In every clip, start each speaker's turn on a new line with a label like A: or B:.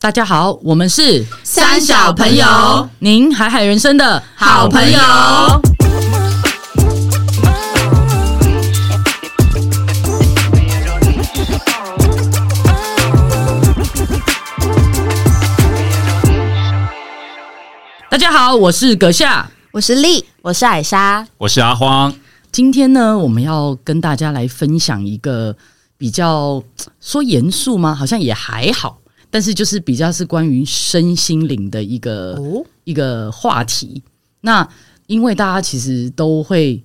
A: 大家好，我们是
B: 三小朋友，
A: 您海海人生的
B: 好朋友。
A: 大家好，我是阁下。
B: 我是丽，我是艾莎。
C: 我是阿荒，
A: 今天呢，我们要跟大家来分享一个比较说严肃吗？好像也还好，但是就是比较是关于身心灵的一个、
B: 哦
A: 一个话题。那因为大家其实都会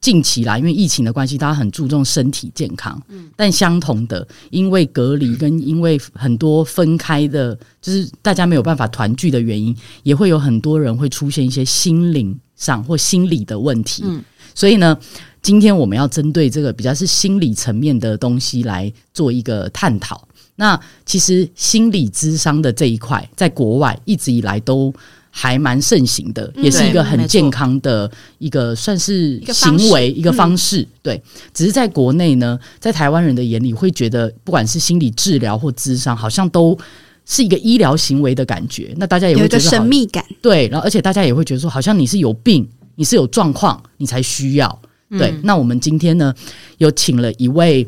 A: 近期啦，因为疫情的关系，大家很注重身体健康。嗯，但相同的，因为隔离跟因为很多分开的，就是大家没有办法团聚的原因，也会有很多人会出现一些心灵上或心理的问题。
B: 嗯
A: 所以呢，今天我们要针对这个比较是心理层面的东西来做一个探讨。那其实心理咨商的这一块，在国外一直以来都还蛮盛行的，
B: 嗯
A: 也是一个
B: 对没
A: 很
B: 错
A: 健康的一个算是
B: 个方式嗯
A: 行为一个方式。对，只是在国内呢，在台湾人的眼里会觉得，不管是心理治疗或咨商，好像都是一个医疗行为的感觉。那大家也
B: 有
A: 会
B: 哎一
A: 觉
B: 个
A: 得好
B: 神秘感，
A: 对，然后而且大家也会觉得说，好像你是有病，你是有状况，你才需要。对，那我们今天呢，有请了一位，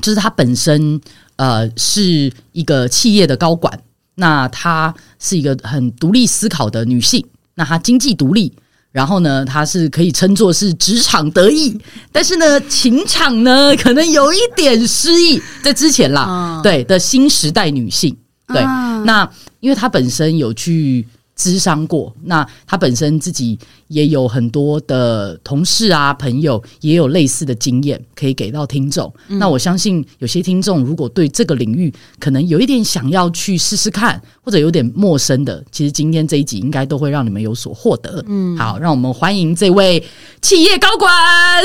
A: 就是他本身呃是一个企业的高管，那她是一个很独立思考的女性，那她经济独立。然后呢，她是可以称作是职场得意，但是呢，情场呢可能有一点失意，在之前啦，
B: 嗯
A: 对的新时代女性，对，
B: 啊
A: 那因为她本身有去咨商过，那她本身自己也有很多的同事啊、朋友也有类似的经验可以给到听众。
B: 嗯
A: 那我相信有些听众如果对这个领域可能有一点想要去试试看，或者有点陌生的，其实今天这一集应该都会让你们有所获得。嗯，好，让我们欢迎这位企业高管，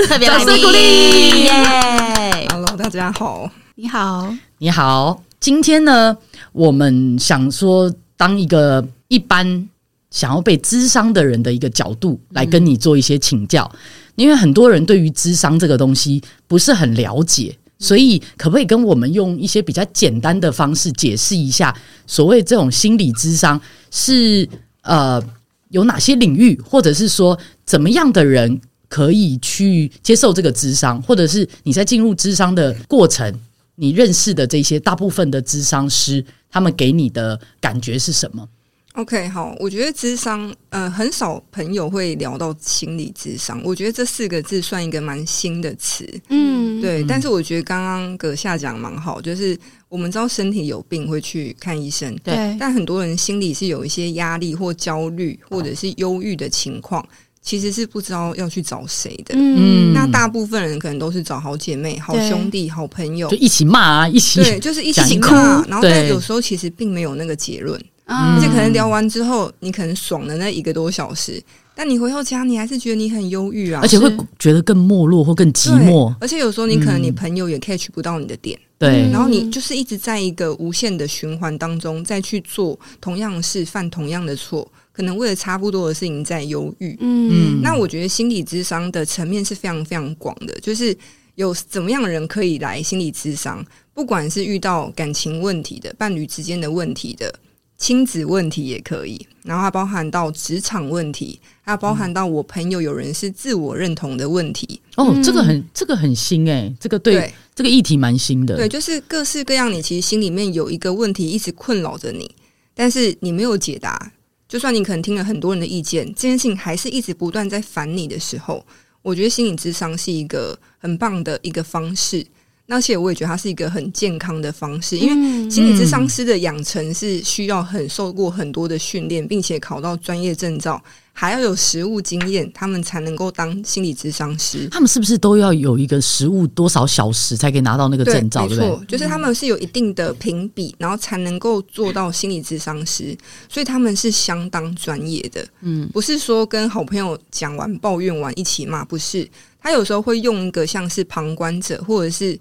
B: 特别
A: 掌
B: 来
A: 声鼓励。
B: 耶！
D: Hello，大家好。
B: 你好，
A: 你好，今天呢，我们想说，当一个一般想要被咨商的人的一个角度来跟你做一些请教，因为很多人对于咨商这个东西不是很了解，所以可不可以跟我们用一些比较简单的方式解释一下，所谓这种心理咨商是呃有哪些领域，或者是说怎么样的人？可以去接受这个智商，或者是你在进入智商的过程，你认识的这些大部分的咨商师，他们给你的感觉是什么？
D: OK，好，我觉得智商，呃，很少朋友会聊到心理智商。我觉得这四个字算一个蛮新的词，
B: 嗯，
D: 对。
A: 嗯
D: 但是我觉得刚刚阁下讲得蛮好，就是我们知道身体有病会去看医生，
B: 对，
D: 但很多人心里是有一些压力或焦虑或者是忧郁的情况，其实是不知道要去找谁的。
B: 嗯，
D: 那大部分人可能都是找好姐妹、好
B: 对
D: 兄弟、好朋友
A: 就，一起骂啊，一起
D: 对，就是一
A: 讲一
D: 起
A: 哭
D: 骂，然后但
A: 对
D: 有时候其实并没有那个结论。
B: 啊
D: 而且可
A: 嗯
D: 能聊完之后，你可能爽了那一个多小时，但你回到家，你还是觉得你很忧郁啊
A: 而。且会觉得更没落或更寂寞
D: 对。而且有时候你可能你
A: 嗯
D: 朋友也 catch 不到你的点，
A: 对
B: 嗯
D: 然后你就是一直在一个无限的循环当中，再去做同样的事，犯同样的错，可能为了差不多的事情在忧郁。
B: 嗯
A: 嗯
D: 那我觉得心理智商的层面是非常非常广的，就是有怎么样的人可以来心理智商，不管是遇到感情问题的、伴侣之间的问题的、亲子问题也可以，然后它包含到职场问题，它包
A: 嗯
D: 含到我朋友有人是自我认同的问题，
A: 哦，
B: 嗯
A: 这个很这个很新哎、这个对
D: 对
A: 这个议题蛮新的。
D: 对，就是各式各样，你其实心里面有一个问题一直困扰着你，但是你没有解答。就算你可能听了很多人的意见，这件事情还是一直不断在烦你的时候，我觉得心理智商是一个很棒的一个方式。那而且我也觉得它是一个很健康的方式，因为
B: 为
D: 心理智商师的养成是需要很受过很多的训练，并且考到专业证照，还要有实务经验，他们才能够当心理智商师。
A: 他们是不是都要有一个实物多少小时才可以拿到那个
D: 对，
A: 证照？
D: 没
A: 对不嗯对？
D: 错，就是他们是有一定的评比，然后才能够做到心理智商师，所以他们是相当专业的。
A: 嗯，
D: 不是说跟好朋友讲完、抱怨完一起骂，不是。他有时候会用一个像是旁观者，或者是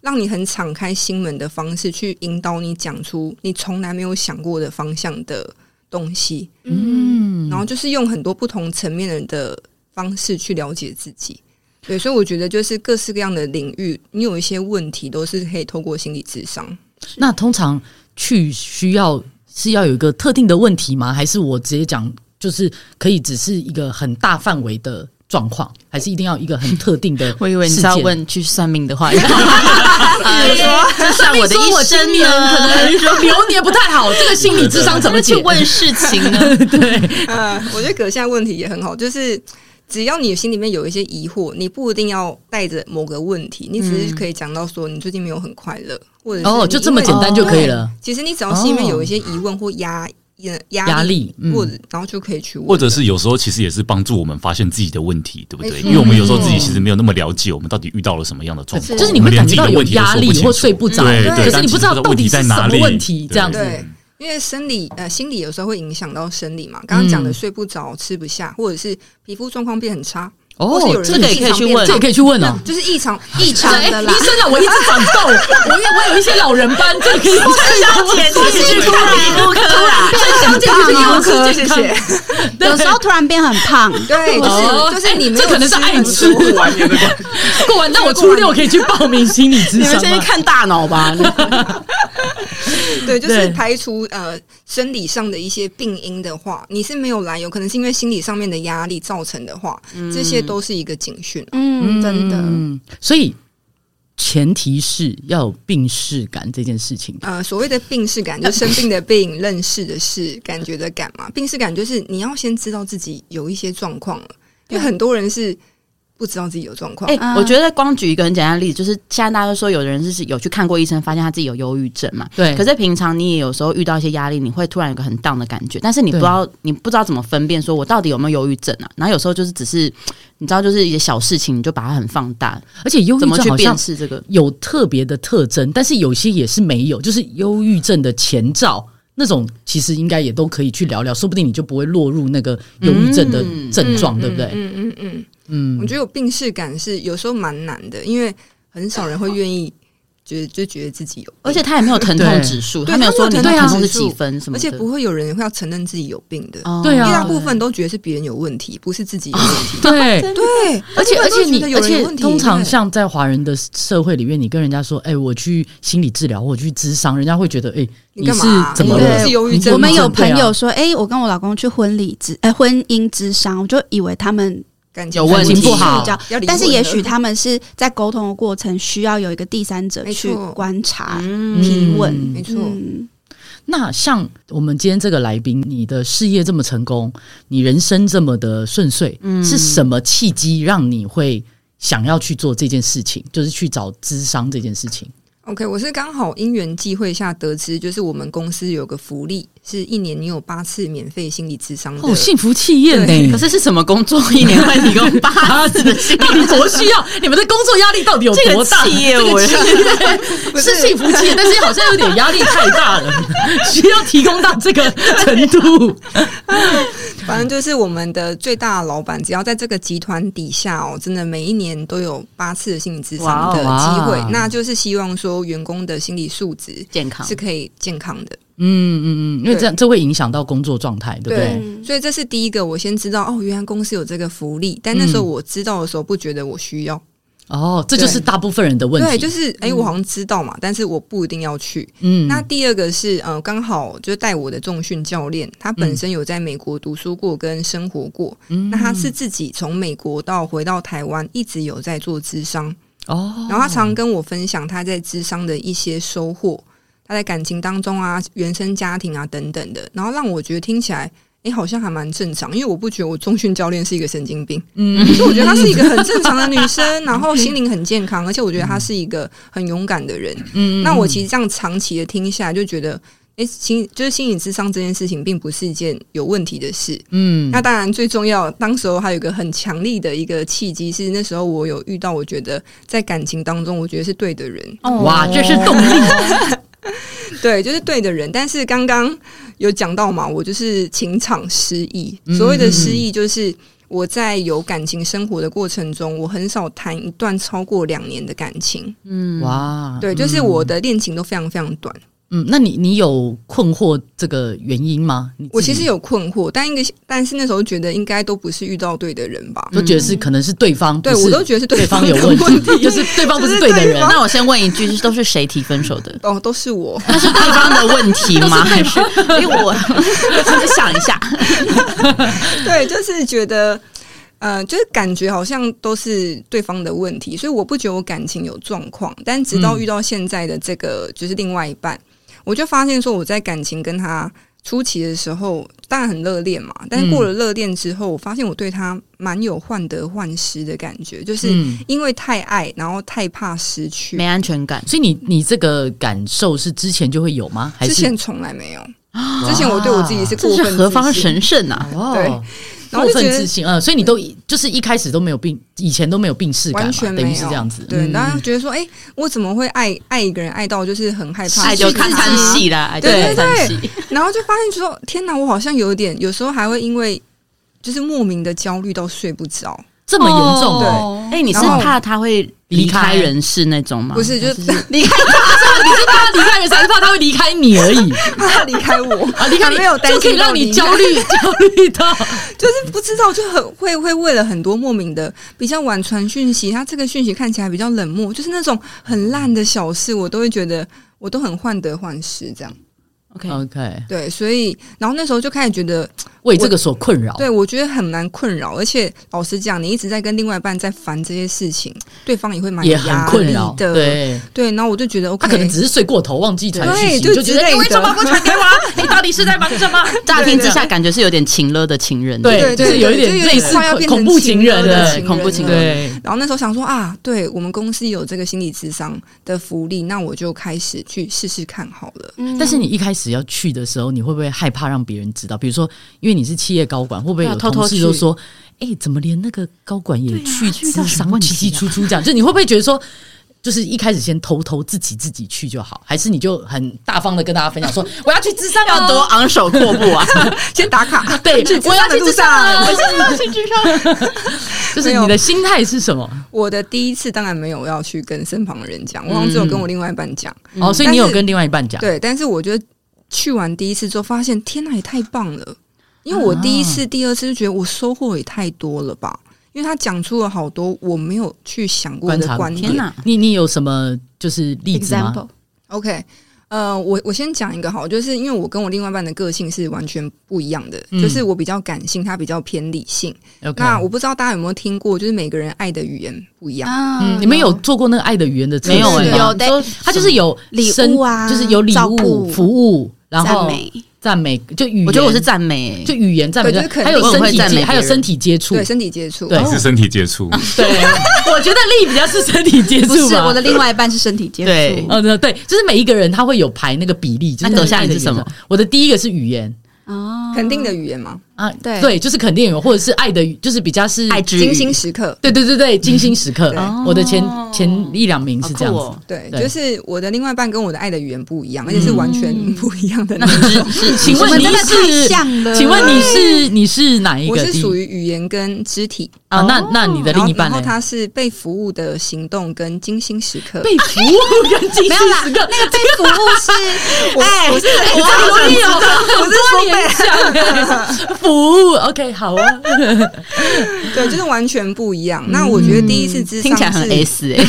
D: 让你很敞开心门的方式，去引导你讲出你从来没有想过的方向的东西，
A: 嗯
D: 然后就是用很多不同层面的方式去了解自己。对，所以我觉得就是各式各样的领域，你有 一些问题都是可以透过心理智商。
A: 那通常去需要是要有一个特定的问题吗？还是我直接讲，就是可以只是一个很大范围的状况，还是一定要一个很特定的事件？
C: 我以为你是要问去算命的话， 呃就算我的
A: 说我
C: 一
A: 今
C: 生
A: 年可
C: 呢，
A: 能流年不太好，这个心理智商怎么
C: 那去
A: 解？
C: 问事情 呢？
A: 啊
D: 呃，我觉得阁下问题也很好，就是只要你心里面有一些疑惑，你不一定要带着某个问题，你只是可以讲到说你最近没有很快乐，或者是
A: 嗯哦，
D: 你
A: 就
D: 因
A: 这么
D: 为
A: 简单就可以
C: 哦
A: 了。
D: 其实你只要心里面有一些疑问或压压
A: 压
D: 压力，
A: 力，嗯
D: 或者然后就可以去问，
E: 或者是有时候其实也是帮助我们发现自己的问题，对不对？
D: 没错
E: 因为我们有时候自己其实没有那么了解我们到底遇到了什么样的状况，
A: 就是你
E: 我
A: 会
E: 们连
A: 感
E: 自
A: 觉
E: 己
A: 到
E: 的
A: 有
E: 问题都
A: 压
E: 说不
A: 力
E: 清
A: 或
E: 楚
A: 睡不着，
E: 对对，
A: 可是
E: 但
A: 你不知
E: 其实
A: 道到底是
E: 在
A: 什
E: 哪
A: 么
E: 里
A: 问题，这样子。
D: 对，因为生理呃心理有时候会影响到生理嘛，刚刚讲
A: 嗯
D: 的睡不着、吃不下，或者是皮肤状况变很差，或是有
A: 哦，
D: 人
A: 这个
C: 也可以去问
A: 这也可以去问哦。
D: 就是异常
B: 异常
A: 哎，医
B: 的啦，
A: 生啊，我一直长痘， 我有我有一些老人斑，这个可以
C: 小姐，你是突然皮肤科啊？
A: 小姐
B: 很棒哦
D: 科，谢谢。
B: 有时候突然变很胖，
D: 对，
A: 哦
D: 就是就是你没有
A: 这可能是
D: 吃
A: 爱
D: 很
A: 吃
D: 多
A: 过完，那我初六可以去报名心理咨
C: 你们
A: 询
C: 先去
A: 吗？
C: 看大脑吧。
D: 对，就
A: 对
D: 是排除呃生理上的一些病因的话，你是没有来由，可能是因为心理上面的压力造成的话，这些都是一个警讯啊。
B: 嗯，真的，
A: 嗯，所以前提是要有病视感这件事情。
D: 呃，所谓的病视感，就是生病的病，认识的是感觉的感嘛。病视感就是你要先知道自己有一些状况了，因为很多人是不知道自己有状况。
C: 哎、
B: 嗯
C: 我觉得光举一个很简单的例子，就是现在大家都说有的人是有去看过医生，发现他自己有忧郁症嘛。
A: 对
C: 可是平常你也有时候遇到一些压力，你会突然有个很 down 的感觉，但是你不
A: 对
C: 知道你不知道怎么分辨，说我到底有没有忧郁症啊？然后有时候就是只是你知道，就是一些小事情，你就把它很放大，
A: 而且忧郁
C: 怎
A: 症
C: 么去
A: 好像
C: 辨识这个？
A: 有特别的特征，但是有些也是没有，就是忧郁症的前兆。那种其实应该也都可以去聊聊，说不定你就不会落入那个忧郁症的
C: 嗯
A: 症状，
D: 嗯
A: 对不对？
D: 嗯嗯嗯嗯，我
A: 嗯，
D: 觉得有病视感是有时候蛮难的，因为很少人会愿意觉得就觉得自己有病，
C: 而且他也没有疼痛
A: 对
C: 指数，
D: 对
C: 他没有说你的
D: 他没有
C: 疼
D: 疼
C: 痛
D: 痛
C: 是
D: 指数
C: 几分什
D: 而
C: 么的，
D: 且不会有人会要承认自己有病的。
C: 哦
A: 对啊
D: 因为大部分都觉得是别人有问题，不是自己有问题。
A: 对，
D: 对，
A: 而且
D: 大
A: 而
D: 部分都
A: 且
D: 觉
A: 你
D: 得有
A: 而
D: 人有
A: 且
D: 问题
A: 通常
D: 对
A: 像在华人的社会里面，你跟人家说，哎、我去心理治疗，我去咨商，人家会觉得，哎、
D: 你
A: 是
D: 干嘛
A: 怎么
D: 你
A: 了？
D: 是忧郁症
B: 我们有
A: 对
B: 朋
A: 啊
B: 友说，哎、我跟我老公去婚礼之哎、婚姻之商，我就以为他们
D: 感
C: 有问
A: 题
D: 情
A: 不好
D: 要离
B: 呃
D: 婚了
B: 但是也许他们是在沟通的过程需要有一个第三者
D: 没
B: 去
D: 错
B: 观察、
C: 嗯
B: 提问。
D: 没错，
B: 嗯，
A: 那像我们今天这个来宾，你的事业这么成功，你人生这么的顺遂，
D: 嗯
A: 是什么契机让你会想要去做这件事情？就是去找咨商这件事情？
D: OK，我是刚好因缘际会下得知，就是我们公司有个福利，是一年你有八次免费心理咨商的。
A: 哦，幸福气焰呢、
C: 可是是什么工作一年会提供八 次的薪
A: 到底多需要？你们的工作压力到底有
C: 这
A: 多
C: 个
A: 大？
C: 企业，我
D: 不
A: 是幸福期，但是好像有点压力太大 了，需要提供到这个程度。
D: 反正就是我们的最大的老板，只要在这个集团底下哦，真的每一年都有八次的心理咨商
A: 哇
D: 的机
A: 哦哇
D: 会，那就是希望说员工的心理素质
C: 健康
D: 是可以健康的。
A: 嗯嗯嗯，因为这样这会影响到工作状态，对不对？
B: 嗯
D: 所以这是第一个，我先知道哦，原来公司有这个福利，但那时候我知道的时候不觉得我需要，
A: 哦，这就是大部分人的问题。
D: 对，就是哎、我好像知道嘛，但是我不一定要去。
A: 嗯，
D: 那第二个是呃，刚好就是带我的重训教练，他本身有在美国读书过跟生活过，那他是自己从美国到回到台湾，一直有在做智商，
A: 哦，
D: 然后他常跟我分享他在智商的一些收获，他在感情当中啊、原生家庭啊等等的，然后让我觉得听起来。哎、好像还蛮正常，因为我不觉得我中训教练是一个神经病，嗯，所以我觉得她是一个很正常的女 生，然后心灵很健康，而且我觉得她是一个很勇敢的人，
A: 嗯
D: 那我其实这样长期的听下来，就觉得，哎、心就是心理智商这件事情，并不是一件有问题的事。
A: 嗯
D: 那当然，最重要，当时候还有一个很强力的一个契机，是那时候我有遇到，我觉得在感情当中，我觉得是对的人，
A: 哇，这是动力。
D: 对，就是对的人。但是刚刚有讲到嘛，我就是情场失意。所谓的失意，就是我在有感情生活的过程中，我很少谈一段超过两年的感情。
A: 哇，
D: 嗯对，就是我的恋情都非常非常短。
A: 嗯，那你你有困惑这个原因吗？你自己
D: 我其实有困惑，但一个但是那时候觉得应该都不是遇到对的人吧。
A: 都觉得是可能是对方，
D: 嗯对
A: 不是
D: 我都觉得是
A: 对
D: 方
A: 有
D: 的
A: 问
D: 题，
A: 题，就是对方不是
D: 就是
A: 对的
D: 对？
A: 人。
C: 那我先问一句，就是都是谁提分手 的
D: 哦，都是我。
C: 那是对方的问题 吗？还是因为我 我想一下，
D: 对，就是觉得，呃，就是感觉好像都是对方的问题，所以我不觉得我感情有状况。但直到
A: 嗯
D: 遇到现在的这个，就是另外一半，我就发现说我在感情跟他初期的时候，当然很热恋嘛，但是过
C: 嗯
D: 了热恋之后，我发现我对他蛮有患得患失的感觉，就是
A: 嗯，
D: 因为太爱，然后太怕失去
C: 没。安全感。
A: 所以你你这个感受是之前就会有吗？还
D: 之
A: 是
D: 前从来没有，之前我对我自己是
C: 啊这
D: 过
C: 是
D: 分
C: 何方
D: 自信
C: 神圣啊！
D: 对
A: 哦，
D: 然后
A: 过
D: 就
A: 分
D: 觉得
A: 自信，嗯，所以你都就是一开始都没有病，以前都没有病逝感
D: 完
A: 嘛，
D: 全没
A: 等
D: 有
A: 于是这样子。
D: 对，
A: 嗯
D: 然后觉得说，哎、我怎么会爱爱一个人爱到就是很害怕，
C: 爱
D: 失去
C: 就
D: 自
C: 看
D: 己
C: 看戏啦，爱就
D: 对对
C: 看看戏。
D: 然后就发现说，天哪，我好像有点，有时候还会因为就是莫名的焦虑到睡不着，
A: 这么严重
D: 对
A: 哦，
C: 哎，你是
D: 然后
C: 怕他会离开人世那种
A: 啊
C: 吗？
D: 不是，就是
A: 离开他，你是怕他离开人，还是怕他会离开你而已？
D: 怕 他离开我，
A: 啊，离开你
D: 没有担
A: 就
D: 心
A: 可以让
D: 到
A: 你
D: 你
A: 焦虑焦虑到，
D: 就是不知道，就很会会为了很多莫名的比较晚传讯息，他这个讯息看起来比较冷漠，就是那种很烂的小事，我都会觉得我都很患得患失这样。
C: OK，
A: OK，
D: 对，所以然后那时候就开始觉得
A: 为这个所困扰。
D: 对，我觉得很蛮困扰，而且老实讲，你一直在跟另外一半在烦这些事情，对方也会蛮有
A: 也很
D: 压
A: 困
D: 力
A: 扰，
D: 的。
A: 对
D: 对，然后我就觉得 OK，
A: 他可能只是睡过头，忘记传讯息，
D: 对
A: 就觉
D: 就之类
A: 得
D: 的
A: 你为什么不传给 我？啊你到底是在忙什么？
C: 乍听之下感觉是有点情了的情人。
A: 对，
D: 对
A: 就是
D: 对
A: 有一
D: 对
A: 点
D: 就有
A: 类
D: 点
A: 似
D: 快要变成
A: 恐怖情人
D: 情人了
A: 的
D: 情
C: 恐怖情人
A: 对，
D: 然后那时候想说啊，对我们公司有这个心理智商的福利，那我就开始去试试看好 了。
B: 嗯
A: 但是你一开始要去的时候，你会不会害怕让别人知道？比如说，因为你是企业高管，会不会有
C: 对啊偷偷
A: 同事
C: 去
A: 就说：“哎、怎么连那个高管也
C: 对啊
A: 去
C: 遇到
A: 智
C: 什么
A: 商
C: 问
A: 进进
C: 题啊
A: 出出这样？”就你会不会觉得说，就是一开始先偷偷自己自己去就好，还是你就很大方的跟大家分享说：“我要去智商
C: 要多
A: 哦。
C: 昂首阔步啊！
D: 先打卡，
A: 对
D: 去
A: 我要
D: 的
A: 去
D: 路
A: 智商
D: 上。
A: 了
C: 我现在要去剧场。”
A: 就是
D: 没有
A: 你的心态是什么？
D: 我的第一次当然没有要去跟身旁的人讲，我好像只有跟我另外一半讲。
A: 哦，所以你
D: 但
A: 有
D: 是
A: 跟另外一半讲，
D: 对，但是我觉得去完第一次之后，发现天哪，也太棒了！因为我第一次、第二次就觉得我收获也太多了吧，因为他讲出了好多我没有去想过
A: 观
D: 的
A: 察
D: 观
C: 天
D: 点。
C: 哪，
A: 你你有什么就是例子吗？
B: example，
D: OK，呃，我我先讲一个好，就是因为我跟我另外一半的个性是完全不一样的，
A: 嗯
D: 就是我比较感性，他比较偏理性。
A: OK，
D: 那我不知道大家有没有听过，就是每个人爱的语言不一样。
B: 啊
A: 嗯，你们有做过那个爱的语言的测
C: 没有
A: 试
C: 哎，
A: 吗
B: 有的
A: 它就是有
B: 礼
A: 生
B: 物啊
A: 就是有礼
B: 照
A: 物、
B: 顾
A: 服务，然
B: 赞
A: 后
B: 美，
A: 赞美，就语言，
C: 我觉得我是赞美，欸
A: 就语言赞美，
D: 对就是肯定
A: 还有身体
C: 我很会赞美别
A: 接，
C: 人
A: 还有身体接触
D: 对，身体接触，哦
A: 对
E: 还是身体 接触，
A: 对，我觉得力比较 是身体接
B: 不
A: 触
B: 是
A: 吧。
B: 我的另外一半是身体接
C: 对
B: 触，
A: 哦，对对，就是每一个人他会有排那个比例，就是那
C: 那
A: 个
C: 阁下
A: 爱的
C: 你是
A: 语
C: 什
A: 言
C: 么？
A: 我的第一个是语言呃
B: 哦
D: 肯定的语言嘛，
A: 啊，
B: 对
A: 对，就是肯定有，或者是爱的语，就是比较是
C: 爱之
D: 精心
C: 语。
D: 时刻。
A: 对对对对，精心时刻
D: 对
A: 哦，我的前前一两名是这样
C: 好
A: 子
C: 酷哦，
D: 对，
A: 对
D: 就是我的另外一半跟我的爱的语言不一样，而且是完全不一样的。
C: 那是是，
A: 请
B: 我
A: 问
B: 们
A: 你
B: 真的
A: 是
B: 太像了，
A: 请问你是你是哪一
D: 我
A: 个
D: 是
A: 第一？
D: 属于语言跟肢体，
A: 啊，那那你的
D: 然
A: 另
D: 后
A: 一半
D: 哦然后
A: 呢？
D: 他是被服务的行动跟精心时刻。
A: 被服务跟精
B: 没有
A: 心
B: 啦
A: 时刻，
B: 那个被服务是
D: 我我是
A: 我好有很多联想 欸服务，OK，好啊，
D: 对，就是完全不一样。那我觉得第一次智商
C: 听起来很
D: 是
C: S 哎，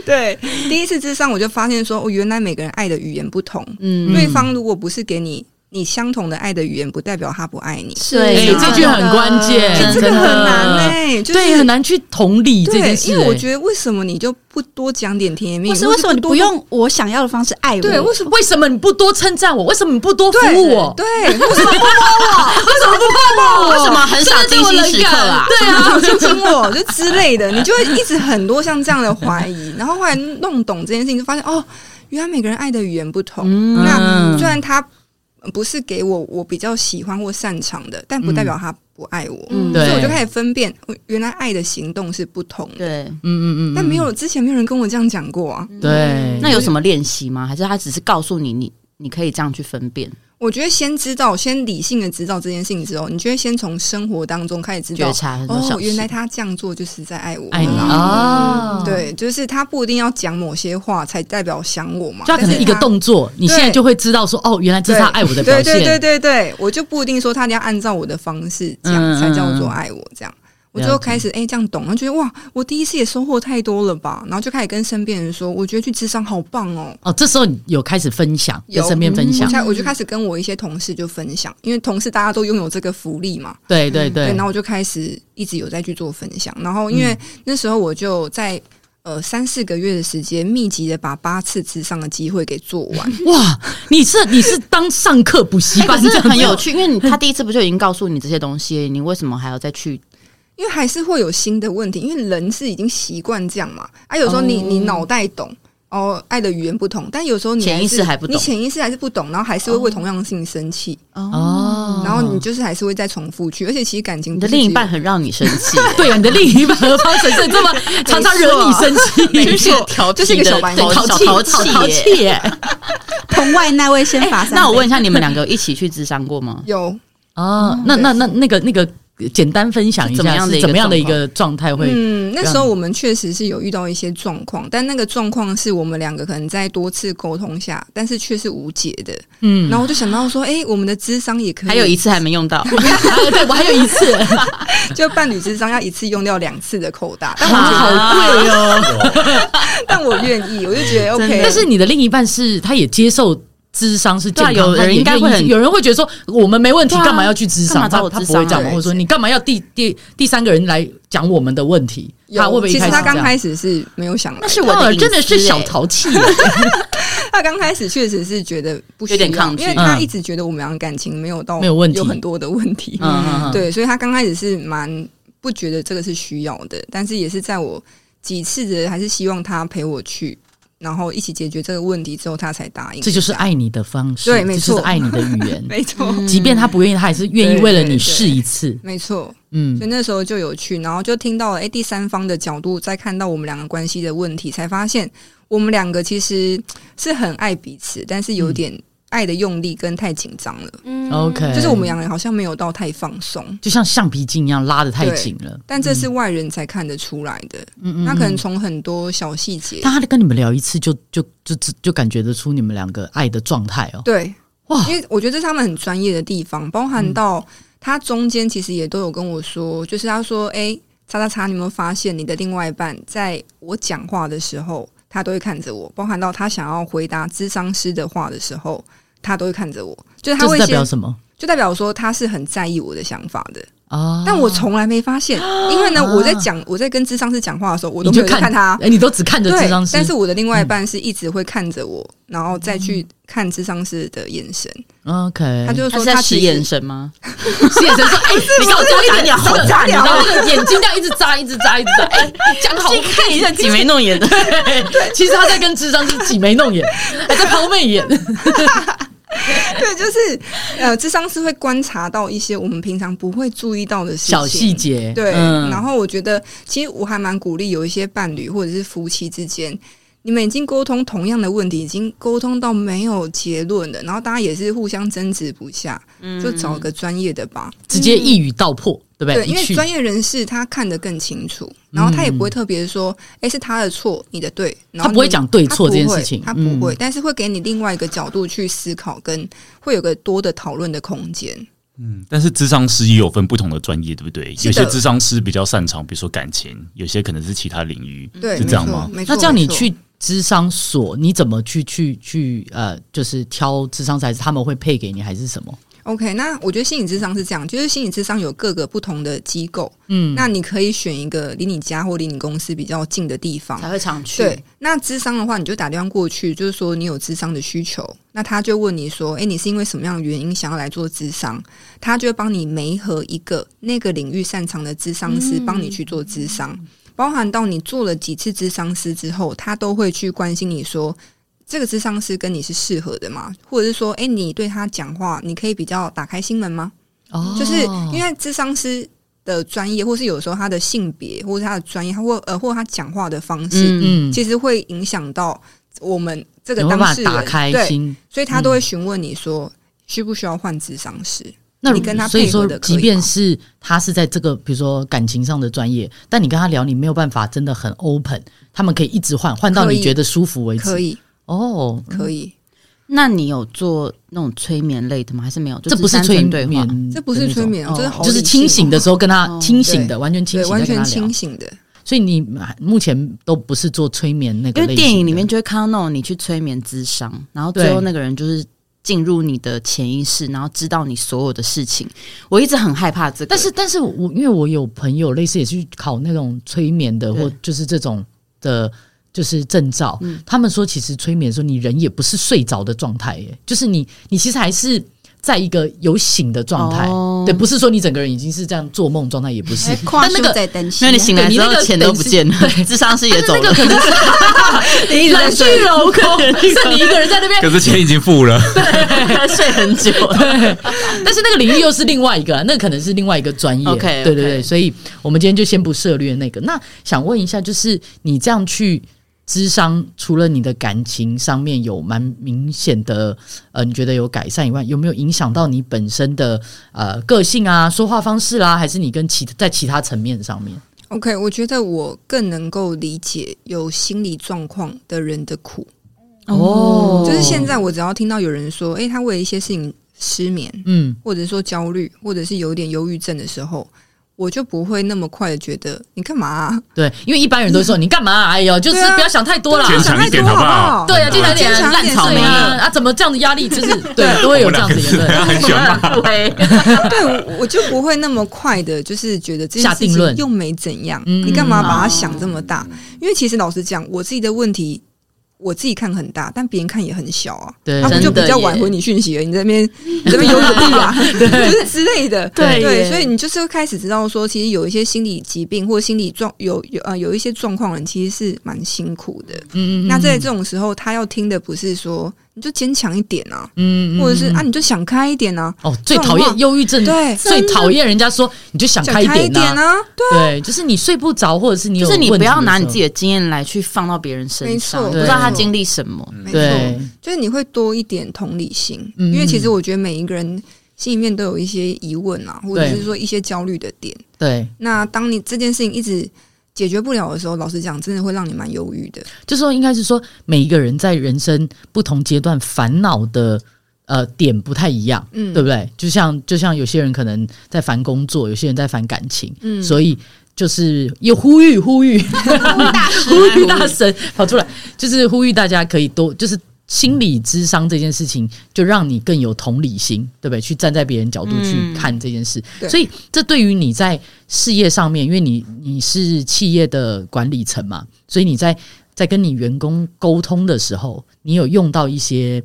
D: 对，第一次智商我就发现说，哦，原来每个人爱的语言不同。
C: 嗯，
D: 对方如果不是给你你相同的爱的语言，不代表他不爱你。
B: 是
A: 哎，
C: 对
A: 这句很关键，
C: 哎
D: 这个
A: 真的
D: 很难哎、就是
A: 对，很难去同理这件
D: 对，
A: 事
D: 因为我
A: 欸。
D: 觉得为什么你就不多讲点甜言蜜语？
B: 不是
D: 或
B: 为什么你
D: 多
B: 不用我想要的方式爱我？
D: 对为什
A: 为什么你不多称赞我？为什么你不多服
D: 对
A: 务我？
D: 对，为什么
A: 为什么不碰我？
C: 为什么很少
A: 是不是
C: 精
A: 对我
C: 心
A: 冷
C: 时刻
A: 感
C: 啊？
A: 对啊，
D: 不亲亲我就之类的？你就会一直很多像这样的怀疑，然后后来弄懂这件事情，就发现哦，原来每个人爱的语言不同。那虽然他不是给我我比较喜欢或擅长的，但不代表他不爱我。
B: 嗯
D: 所以我
A: 对，
D: 就开始分辨，哦原来爱的行动是不同的。
C: 对，
A: 嗯嗯嗯，
D: 但没有之前没有人跟我这样讲过啊。
A: 对，
C: 那有什么练习吗？还是他只是告诉你，你你可以这样去分辨？
D: 我觉得先知道，先理性的知道这件事情之后，你就会先从生活当中开始知道
C: 觉，察很多小
D: 哦，
C: 事
D: 原来他这样做就是在爱我，
A: 爱你
D: 嗯
A: 啊，，
D: 对，就是他不一定要讲某些话才代表想我嘛，
A: 就他可
D: 但
A: 能
D: 是
A: 一个动作，你现在就会知道说，哦，原来这是他爱我的表
D: 对
A: 现。
D: 对对对对，我就不一定说他一定要按照我的方式这样、
A: 嗯嗯
D: 才叫做爱我这样。我
A: 了
D: 就
A: 解
D: 开始哎、这样懂，然后觉得哇，我第一次也收获太多了吧，然后就开始跟身边人说，我觉得去智商好棒哦，
A: 哦，这时候你有开始分享，
D: 有嗯
A: 跟身边分
D: 我
A: 享，
D: 才我就开始跟我一些同事就分享，因为同事大家都拥有这个福利嘛，
A: 对对对
D: 对，然后我就开始一直有在去做分享，然后因
C: 嗯
D: 为那时候我就在呃三四个月的时间，密集的把八次智商的机会给做 完，
A: 哇，你是你是当上课补习
C: 哎可
A: 班这
C: 是
A: 样子
C: 很有趣，因为你他第一次不就已经告诉你这些东西，你为什么还要再去？
D: 因为还是会有新的问题，因为人是已经习惯这样嘛，啊，有时候你、
C: 哦
D: 你脑袋懂。哦，爱的语言不同，但有时候你
C: 潜意识
D: 是
C: 还不懂哦
D: 你潜意识还是不懂，然后还是会为同样的事情生气，
A: 哦。
D: 然后你就是还是会再重复去，而且其实感情
C: 你
D: 不
C: 的
D: 是只
C: 另一
D: 有
C: 半很让你生 气，
A: 对啊，你的另一半何方神圣这么常常惹你生气？
C: 没错
D: 就是一个小白
C: 对
D: 脸
C: 淘
A: 气，淘
C: 淘气耶哎
A: 气耶！
B: 棚外那位先 罚三、
C: 那我问一下，你们两个一起去智商过吗？
D: 有
A: 哦，那那那那个那个，简单分享一
C: 怎么
A: 下
C: 样的
A: 是
C: 一个
A: 怎么样的一个状态会？
D: 嗯，那
A: 让
D: 时候我们确实是有遇到一些状况，但那个状况是我们两个可能在多次沟通下，但是却是无解的。
A: 嗯
D: 然，后我就想到说，哎、我们的智商也可以，
C: 还有一次还没用 到，
A: 啊对我还有一 次，
D: 就伴侣智商要一次用掉两次的扣打，但我觉得，
A: 好贵
C: 啊
A: 哦。
D: 但我愿意，我就觉得 OK。
A: 但是你的另一半是，他也接受智商是健康，
C: 对啊有人
A: 他也
C: 应该会
A: 愿意
C: 很
A: 有人会觉得说我们没问题，
C: 对啊
A: 干嘛要去智商？
C: 干嘛找我
A: 他他不
C: 智商啊
A: 会这样嘛，
D: 对
A: 或者说你干嘛要第第第三个人来讲我们的问题？
D: 有
A: 他会不会一
D: 其
A: 开
D: 实
A: 始
D: 他刚
A: 始
D: 开始是没有想来的，
C: 是我的隐私
A: 真的是小
C: 欸
A: 淘气，
D: 他刚开始确实是觉得不需要
C: 有点抗拒
D: 因为他
A: 嗯
D: 一直觉得我们俩感情没有到
A: 没有问题
D: 有很多的问题。
A: 嗯，
D: 对，所以他刚开始是蛮不觉得这个是需要的，但是也是在我几次的还是希望他陪我去，然后一起解决这个问题之后，他才答应。
A: 这就是爱你的方式，
D: 对没错。
A: 这就是爱你的语言
D: 嗯没错，
A: 即便他不愿意，他还是愿意
D: 对
A: 为了你
D: 对
A: 试一次。
D: 没错。
A: 嗯
D: 所以那时候就有去，然后就听到了哎、诶第三方的角度再看到我们两个关系的问题，才发现我们两个其实是很爱彼此，但是
A: 嗯
D: 有点爱的用力跟太紧张了，
B: 嗯
A: ，OK，
D: 就是我们两个人好像没有到太放松。
A: 就像橡皮筋一样拉的太紧了。
D: 但这是外人才看得出来的，
A: 嗯
D: 那可能从很多小细节，
A: 但他跟你们聊一次就，就就就就感觉得出你们两个爱的状态哦。
D: 对，
A: 哇
D: 因为我觉得这是他们很专业的地方，包含到他中间其实也都有跟我说，就是他说，哎、叉叉叉，你有没有发现你的另外一半在我讲话的时候，他都会看着我，包含到他想要回答咨商师的话的时候，他都会看着我，就是他
A: 这
D: 会
A: 是代
D: 先
A: 表什么
D: 就代表说他是很在意我的想法的，
A: 啊？
D: 但我从来没发现， 因为呢，我在讲我在跟咨商师讲话的时候，我都
A: 你
D: 没
A: 就
D: 有在 看他，
A: 哎、你都只看着
D: 对
A: 智商，师，嗯
D: 但是我的另外一半是一直会看着我，然后再去看智商师的眼神。
A: OK，
D: 他就
C: 他
D: 说
C: 是在
D: 其
C: 使
D: 实
C: 眼 神吗？
A: 是眼神 说，哎、你给我多讲一点，好
D: 假
A: 然后
D: 聊。
A: 那个眼睛这样一直眨，一直眨，一直眨， 哎、讲好看一下
C: 挤眉弄眼的，
A: 对，其实他在跟智商是挤眉弄眼，还在抛媚眼。
D: 对，就是呃，智商师会观察到一些我们平常不会注意到的事情
A: 小细。节，
D: 对，
A: 嗯
D: 然后我觉得其实我还蛮鼓励有一些伴侣或者是夫妻之间，你们已经沟通同样的问题，已经沟通到没有结论了，然后大家也是互相争执不下，就找个专业的吧。
A: 直接一语道破，对不
D: 对，
A: 对？
D: 因为
A: 一去
D: 专业人士他看得更清楚，然后他也不会特别说，哎、是他的错，你的对，然
A: 他
D: 后
A: 不会
D: 你
A: 讲对错这件事情，
D: 他不会，他不会
A: 嗯
D: 但是会给你另外一个角度去思考，跟会有个多的讨论的空间。
E: 嗯，但是智商师也有分不同的专业，对不对？
D: 是
E: 有
D: 的
E: 些智商师比较擅长，比如说感情，有些可能是其他领 域。
D: 对，
E: 是
D: 没
E: 这样
D: 错
E: 吗
D: 没错，
A: 嗯那叫
D: 没
A: 你
D: 错，
A: 去智商所，你怎么去去去呃，就是挑智商才是他们会配给你还是什么？
D: OK，那我觉得心理智商是这样，就是心理智商有各个不同的机构，
A: 嗯，
D: 那你可以选一个离你家或离你公司比较近的地方
C: 才。会常去。
D: 对，那智商的话，你就打电话过去，就是说你有智商的需求，那他就问你说，诶，你是因为什么样的原因想要来做智商？他就会帮你媒合一个那个领域擅长的智商师，帮你去做智商，包含到你做了几次智商师之后，他都会去关心你说。这个智商师跟你是适合的吗？或者是说，诶，你对他讲话，你可以比较打开心门吗？
A: 哦
D: 就是因为智商师的专业，或是有时候他的性别，或是他的专业，他或呃，或者他讲话的方式，
C: 嗯
A: 嗯，
D: 其实会影响到我们这
A: 这
D: 个当
A: 法
D: 事人，
A: 打开
D: 对，
A: 心，
D: 所以他都会询问你说。需不需要换智商师？
A: 那如
D: 你跟他
A: 所以
D: 配合
A: 说
D: 得，可以
A: 即便是他是在这个比如说感情上的专业，但你跟他聊，你没有办法真的很 open，他们可以一直换，换到
D: 可以
A: 你觉得舒服为止。
D: 可以，
A: 哦，
D: 可以，
C: 那你有做那种催眠类的吗？还是没有？就
A: 这不
C: 是
A: 是
C: 单
A: 催
C: 纯对话。
A: 眠，
D: 这不是催，眠，
C: 哦
D: 这是好
A: 就是
D: 理性
A: 清醒的时候跟他
C: 哦
A: 清醒
D: 对
A: 的，完全清
D: 对，
A: 醒的
D: 完
A: 跟
D: 全
A: 他聊
D: 清。醒的，
A: 所以你目前都不是做催眠那个
C: 因为
A: 类型的，
C: 电影里面就会看到那种你去催眠咨商，然后最后那个人就是进入你的潜意识，然后知道你所有的事情。我一直很害怕这个，
A: 但是，但是我因为我有朋友类似也去考那种催眠的，
C: 对嗯
A: 或就是这种的，就是证照。他们说，其实催眠的时候，你人也不是睡着的状态，耶，就是你你其实还是在一个有醒的状态，
C: 哦
A: 对，不是说你整个人已经是这样做梦状态，也不 是。
B: 哎跨
A: 但那
B: 书
A: 个
B: 在灯
C: 因
B: 芯
C: 为你醒来之
A: 对你
C: 后
A: 那个
C: 钱都不见了，智商师也走了， 你一直在
A: 人去
C: 睡，
A: 楼空， 是你一个人在那边，
E: 可是钱已经付了，
C: 睡很久。
A: 但是那个领域又是另外一个啊，那可能是另外一个专业。
C: OK，OK
A: 对对对，所以我们今天就先不涉略那个。那想问一下，就是你这样去智商，除了你的感情上面有蛮明显的呃，你觉得有改善以外，有没有影响到你本身的呃个性啊、说话方式啦、还是你跟其在其他层面上面？
D: OK，我觉得我更能够理解有心理状况的人的苦。
A: 哦
D: 就是现在，我只要听到有人说，诶、他为了一些事情失眠，
A: 嗯，
D: 或者说焦虑，或者是有点忧郁症的时候，我就不会那么快的觉得你干嘛啊、
A: 对，因为一般人都说你干嘛啊、哎呦，就是
D: 对啊
A: 不要想太多 啦。
D: 对
E: 坚
D: 啊想
E: 强
D: 太
E: 一点
D: 多
E: 好不
D: 好不
E: 好
D: 好？
A: 对啊，经常
C: 坚
A: 点
C: 强
A: 烂草莓啊！啊，怎么这样的压力？就是对，都会有这样子的言论。
E: 很喜欢骂。
D: 对，我我就不会那么快的，就是觉得这件
A: 下
D: 事
A: 定
D: 情
A: 论
D: 又没怎样，
A: 嗯
D: 你干嘛把它想这么大？因为其实老实讲，我自己的问题。我自己看很大，但别人看也很小啊。
A: 对
D: 他们就
C: 真的
D: 比较
C: 耶
D: 晚回你讯息了，你这边你这边有个屁 啊，就是之类的。
C: 对
D: 对，
C: 耶
D: 所以你就是会开始知道说，其实有一些心理疾病或心理状有有呃有一些状况的人，其实是蛮辛苦的。
A: 嗯嗯嗯
D: 那在这种时候，他要听的不是说你就坚强一点啊，
A: 嗯，嗯
D: 或者是啊你就想开一点啊，
A: 哦，最讨厌忧郁症，
D: 对
A: 最讨厌人家说你就想
D: 想
A: 开
D: 开一
A: 点
D: 点
A: 呐、
D: 啊，
A: 对，就是你睡不着，或者是你有
C: 就是你不要拿你自己
A: 己
C: 的经验来去放到别人身上，
D: 没错
C: 不知道
D: 对
C: 他经历什么。
D: 没错，
A: 对，
D: 就是你会多一点同理心，
A: 嗯
D: 因为其实我觉得每一个人心里面都有一些疑问啊，或者
A: 对
D: 是说一些焦虑的点。
A: 对，
D: 那当你这件事情一直解决不了的时候，老实讲，真的会让你蛮忧郁的。
A: 就说应该是说每一个人在人生不同阶段烦恼的呃点不太一样，
D: 嗯，
A: 对不对？就像就像有些人可能在烦工作，有些人在烦感情，
D: 嗯
A: 所以。就是又呼吁呼吁呼吁大神跑出来，就是呼吁大家可以多，就是心理智商这件事情，就让你更有同理心，对不对？去站在别人角度去
C: 嗯
A: 看这件事，
D: 对
A: 所以这对于你在事业上面，因为你你是企业的管理层嘛，所以你在在跟你员工沟通的时候，你有用到一些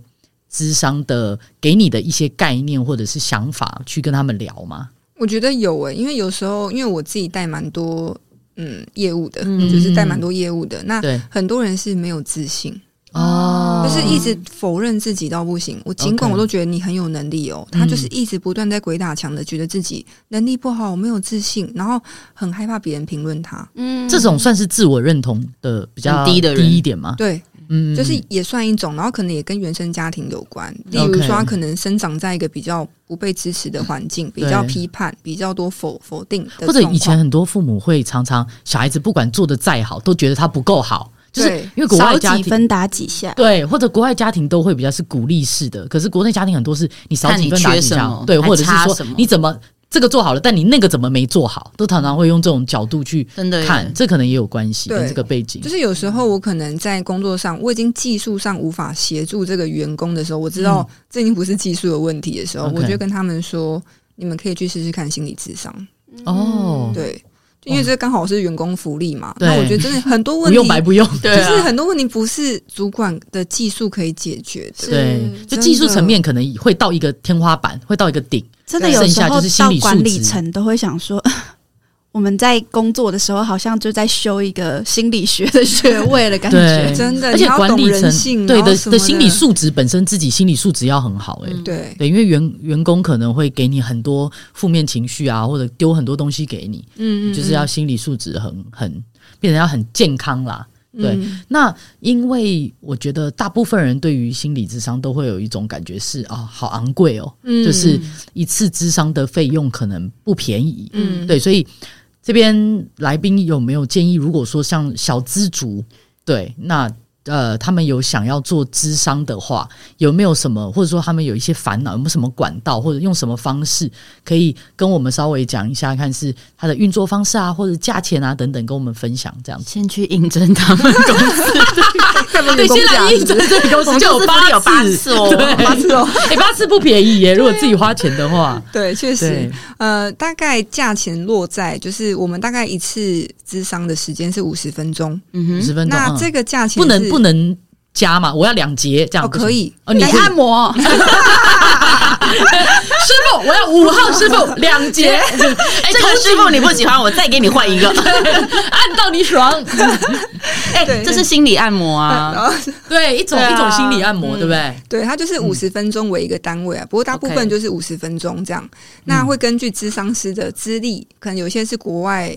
A: 智商的给你的一些概念或者是想法去跟他们聊吗？
D: 我觉得有诶、因为有时候因为我自己带蛮多嗯业务的，
C: 嗯
D: 就是带蛮多业务的，那
A: 对
D: 很多人是没有自信，
A: 哦
D: 就是一直否认自己到不行。我尽管
A: OK 嗯
D: 我都觉得你很有能力哦，他就是一直不断在鬼打墙的，觉得自己能力不好，我没有自信，然后很害怕别人评论他。
B: 嗯
A: 这种算是自我认同的比较
C: 很低的人
A: 低一点吗？
D: 对，
A: 嗯，
D: 就是也算一种，然后可能也跟原生家庭有关。例如
A: OK
D: 说，他可能生长在一个比较不被支持的环境，比较批判，比较多否否定的
A: 嗯或者
D: 状况，
A: 以前很多父母会常常小孩子不管做的再好，都觉得他不够好，就是
D: 对
A: 因为国外
B: 少
A: 家
B: 几
A: 庭。
B: 分打几下，
A: 对，或者国外家庭都会比较是鼓励式的，可是国内家庭很多是你少
C: 看
A: 几
C: 你
A: 分打
C: 缺
A: 几
C: 什
A: 下
C: 么，
A: 对，
C: 还
A: 或者是
C: 差
A: 说
C: 什么
A: 你怎么这个做好了，但你那个怎么没做好，都常常会用这种角度去
C: 真的耶
A: 看，这可能也有关系
D: 对
A: 跟这个背景
D: 就。是有时候我可能在工作上，我已经技术上无法协助这个员工的时候，我知道这已经不是技术的问题的时候，
A: 嗯 OK
D: 我就跟他们说，你们可以去试试看心理智商。
A: 哦，
D: 对，就因为这刚好是员工福利嘛。
A: 对
D: 那我觉得真的很多
A: 不
D: 问题，啊
A: 用白不用，
C: 对啊
D: 就是很多问题不是主管的技术可以解决的。
A: 对，就
D: 真
A: 技术
D: 的
A: 层面可能会到一个天花板，会到一个顶。
B: 真的有时
A: 剩下
B: 候
A: 就是心
B: 到
A: 理素质
B: 管理层都会想说， 我们在工作的时候好像就在修一个心理学的学位的感
A: 对
B: 觉。
D: 真的，
A: 而且
D: 你要
A: 管
D: 懂
A: 理
D: 人性
A: 层对
D: 然后
A: 的
D: 什么
A: 的
D: 的
A: 心理素质本身自己心理素质要很好、欸，
C: 嗯
D: 对，
A: 对，因为员员工可能会给你很多负面情绪啊，或者丢很多东西给你，
D: 嗯
A: 就是要心理素质很很变成要很健康啦。
D: 嗯
A: 对，那因为我觉得大部分人对于心理智商都会有一种感觉是啊、好昂贵哦，
F: 嗯
A: 就是一次智商的费用可能不便宜。
F: 嗯，
A: 对，所以这边来宾有没有建议？如果说像小资族，对，那呃，他们有想要做智商的话，有没有什么，或者说他们有一些烦恼，有没有什么管道，或者用什么方式，可以跟我们稍微讲一下，看是它的运作方式啊，或者价钱啊等等，跟我们分享这样子。
C: 先去应征他们公司，
A: 啊 对，先来应征这个公司就有八
C: 有八次哦
A: 对， 八次哦，啊哎，八次不便宜耶，如果自己花钱的话，
D: 对，确实
A: 对，，
D: 呃，大概价钱落在就是我们大概一次咨商的时间是五十分钟，
C: 嗯
A: 五
C: 哼，
A: 十分钟，
D: 那
A: 嗯
D: 这个价钱
A: 不能
D: 是
A: 不能加嘛，我要两节这样
D: 哦，
A: 不行
D: 可以，
A: 哦，你
B: 来
A: 是
B: 哎按摩，
A: 师傅，我要五号师 傅两节，哎
C: 哎，这个师傅你不喜欢，我再给你换一个。
A: 按到你爽，
C: 哎，
D: 对
C: 这是心理按 摩啊，
D: 然后
A: 对，一种
C: 对啊
A: 一种心理按摩，对不对？啊
D: 对，它就是五十分钟为一个单位啊，不过大部
C: OK
D: 分就是五十分钟这样。那会根据咨商师的资历，可能有些是国外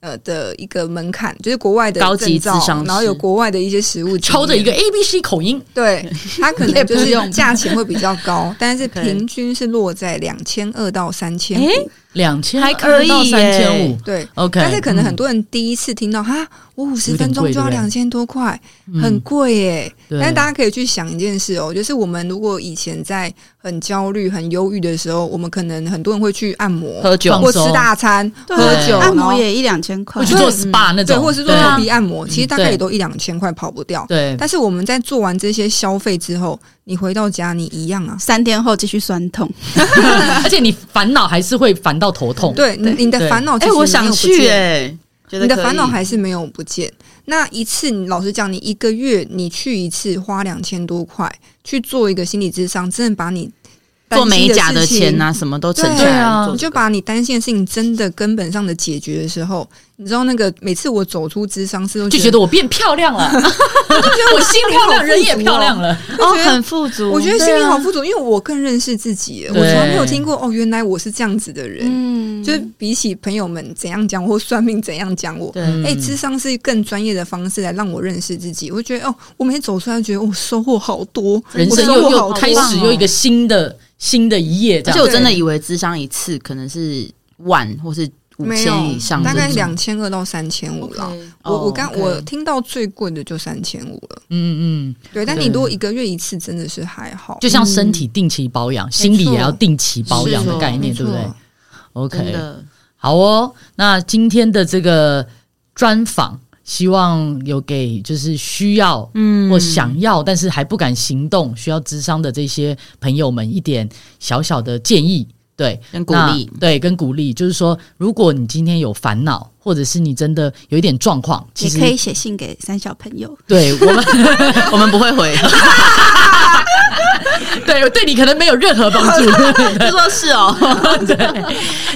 D: 呃的一个门槛，就是国外的
C: 高级
D: 证照
C: 咨商师
D: 然后有国外的一些实务经验，
A: 抽着一个 A B C 口音，
D: 对，它可能就
B: 也不
D: 是
B: 用
D: 价钱会比较高，但是
C: OK
D: 平均是落在两千二到三千
C: 哎
D: 五，
A: 两千
C: 还可以
A: 到
C: 耶
A: 三千五
D: 对。
A: ，OK，
D: 但是可能很
A: 嗯
D: 多人第一次听到哈，我五十
A: 有点
D: 分钟
A: 贵
D: 就要
A: 对不
D: 两千多块，
A: 嗯
D: 很贵耶。
A: 对
D: 但是大家可以去想一件事哦，就是我们如果以前在很焦虑、很忧郁的时候，我们可能很多人会去按摩、
C: 喝酒
A: 放
D: 或吃
A: 松
D: 大餐、
B: 对
D: 喝酒、
B: 按
D: 然
B: 摩
D: 后
B: 也一两千块
A: 会，去做 SPA 那
D: 嗯对，
A: 种，
D: 或是做
A: 对
D: 头
A: 啊
D: 皮按摩，其实大
A: 对
D: 概也都一两千块跑不掉。
A: 对，
D: 但是我们在做完这些消费之后，你回到家你一样啊，
B: 三天后继续酸痛。
A: 而且你烦恼还是会烦到头痛，
D: 对，你你的
A: 对
D: 烦恼其
C: 哎，
D: 实
C: 我
D: 没有
C: 想
D: 不
C: 去
D: 见
C: 哎，觉得
D: 你的
C: 可以
D: 烦恼还是没有不见。那一次，你老实讲，你一个月你去一次花两千多块去做一个心理智商，真的把你
C: 做美甲
D: 的
C: 的
D: 事情
C: 钱呐，什么都省下
A: 对
C: 来
A: 啊
C: 做
D: 你就把你担心的事情真的根本上的解决的时候，你知道那个每次我走出智商室，
A: 就觉得我变漂亮 了，我心漂亮，人也漂亮了，
C: 哦，
D: 觉得
C: 很富足。
D: 我觉得
C: 对
D: 心里
C: 啊
D: 好富足，因为我更认识自己了，我
A: 对
D: 从来没有听过哦，原来我是这样子的人。
B: 嗯，
D: 就是比起朋友们怎样讲我，或算命怎样讲我，
A: 嗯
C: 对，
D: 哎、智商是更专业的方式来让我认识自己。我觉得哦，我每天走出来，觉得我、哦、收获好多，
A: 人生
D: 我
A: 又
D: 收获好
A: 又
D: 多
A: 开始又一个新的新的一页，这
C: 而且
A: 样
C: 我真的以为智商一次可能是万或是五
D: 没有
C: 千以上的
D: 大
C: 这种，
D: 概两千二到三千五了。我
C: 哦
D: 我刚
C: OK
D: 我听到最贵的就三千五了，
A: 嗯嗯嗯，
D: 对。但你
A: 对
D: 如果一个月一次，真的是还好，
A: 就像身体定期保养，心理也要定期保养的概念，
D: 没
A: 对
D: 错
A: 不对
C: 真
A: ？OK，
C: 的
A: 好哦。那今天的这个专访，希望有给就是需要
C: 嗯
A: 或想要，但是还不敢行动，需要智商的这些朋友们一点小小的建议。对，
C: 跟鼓
A: 那
C: 励，
A: 对，跟鼓励，就是说，如果你今天有烦恼，或者是你真的有一点状况，其
B: 也
A: 实
B: 可以写信给三小朋友，
A: 对我们
C: 我们不会回，
A: 对对你可能没有任何帮助，
C: 就说是哦，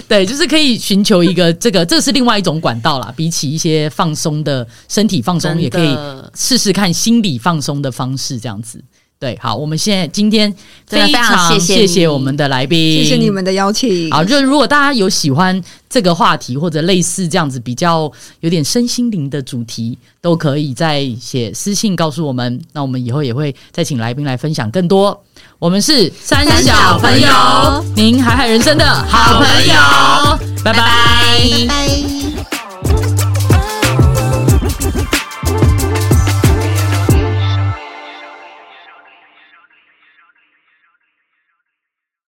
A: 对，就是可以寻求一个这个，这是另外一种管道啦。比起一些放松的身体放松，也可以试试看心理放松的方式，这样子。对，好，我们现在今天
C: 真的非常
A: 常
C: 谢谢
A: 谢
C: 你
A: 谢我们的来宾，
D: 谢谢你。们的邀请。
A: 好，就是如果大家有喜欢这个话题或者类似这样子比较有点身心灵的主题，都可以再写私信告诉我们。那我们以后也会再请来宾来分享更多。我们是三
C: 三
A: 小
C: 小
A: 朋
C: 朋
A: 友
C: 友，
A: 您海海人生的好朋友，拜拜
C: 拜拜。